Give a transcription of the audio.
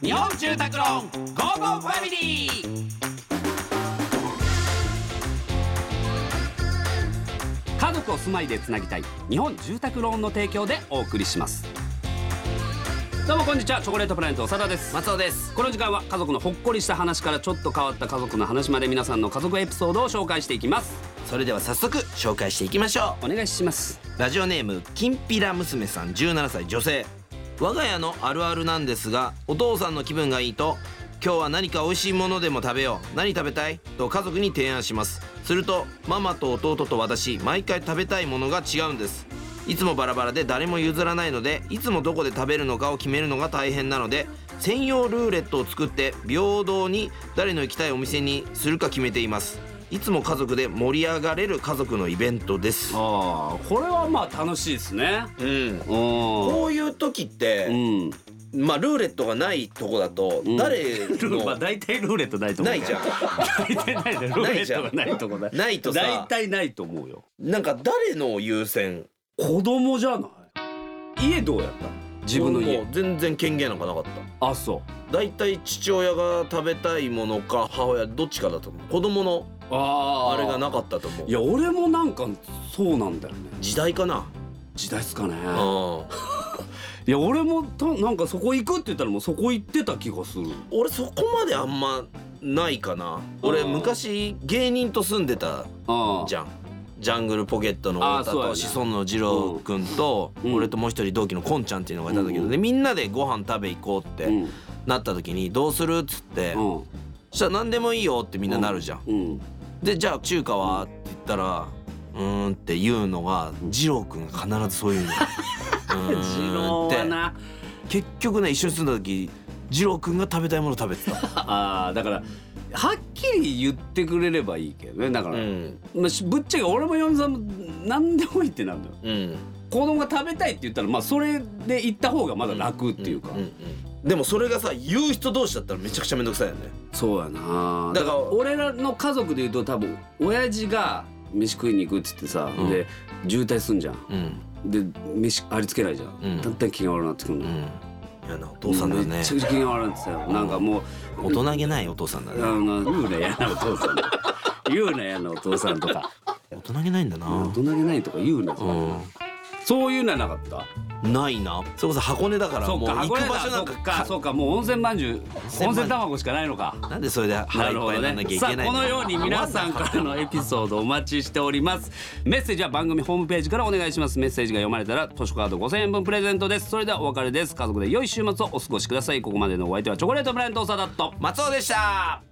日本住宅ローンゴーゴーファミリー家族を住まいでつなぎたい日本住宅ローンの提供でお送りしますどうもこんにちはチョコレートプラネット長田です松尾ですこの時間は家族のほっこりした話からちょっと変わった家族の話まで皆さんの家族エピソードを紹介していきますそれでは早速紹介していきましょお願いしますうラジオネームきんぴら娘さん17歳女性我が家のあるあるなんですがお父さんの気分がいいと今日は何か美味しいものでも食べよう何食べたいと家族に提案しますするとママと弟と私毎回食べたいものが違うんですいつもバラバラで誰も譲らないのでいつもどこで食べるのかを決めるのが大変なので専用ルーレットを作って平等に誰の行きたいお店にするか決めていますいつも家族で盛り上がれる家族のイベントですああこれはまあ楽しいですねうんうんこういう時っうて、んまあルーレットがないとこだと、ん誰の まあ大体ルーレットないと思うないじゃん大体ないねルーレットがないとこだないとさ大体ないと思うよなんか誰のを優先子供じゃない家どうやった自分の俺家もう全然権限なんかなかったあそうだいたい父親が食べたいものか母親どっちかだと思う子供のああれがなかかったと思ういや俺もなんかそうなんだよね時代かな時代っすかねうんいや俺もたなんかそこ行くって言ったらもうそこ行ってた気がする俺そこまであんまないかな俺昔芸人と住んでたああじゃんジャングルポケットのあー太田そうだねとシソンヌ二郎君とうん俺ともう一人同期のこんちゃんっていうのがいたんだけうどんでみんなでご飯食べ行こうっうてんなった時に「どうする?」っつってうそんしたら「何でもいいよ」ってみんななるじゃん。うんでじゃあ中華はって言ったら「うーん」って言うのが二郎君が必ずそういうの。う 二ーん郎っはてな結局ね一緒に住んだ時二郎君が食べたいもの食べてた。ああだからはっきり言ってくれればいいけどねだから、うんまあ、しぶっちゃけ俺も嫁さんも何でもいいってなるのようん子供が食べたいって言ったらまあそれで行った方がまだ楽っていうか、んんでもそれがさ言う人同士だったらめちゃくちゃ面倒くさいよねそうやなだだかからら俺らの家族で言うと多分親父が飯食いに行くっつってさ、うんで渋滞すんじゃんうんで飯ありつけないじゃん、うんだんだん気が悪くなってくるの、嫌なお父さんだめねっちゃくちゃ気が悪くなってさ、なんかもう大人げないお父さんだあねの言うな嫌なお父さん言うな嫌なお父さんとか大人げないんだな大人げないとか言うな、うそういうのはなかったんないなそれこそ箱根だからそもううか行箱根くだ場所なんそっかかそうかもう温泉まんじゅう温泉まんじゅう泉卵しかないのかなんでそれでな腹いるっほぱどいになんなきゃねいさけあ ないこのように皆さんからのエピソードお待ちしておりますメッセージは番組ホームページからお願いしますメッセージが読まれたら図書カード5000円分プレゼントですそれではお別れです家族で良い週末をお過ごしくださいここまでのお相手はチョコレートブラインドサダット松尾でした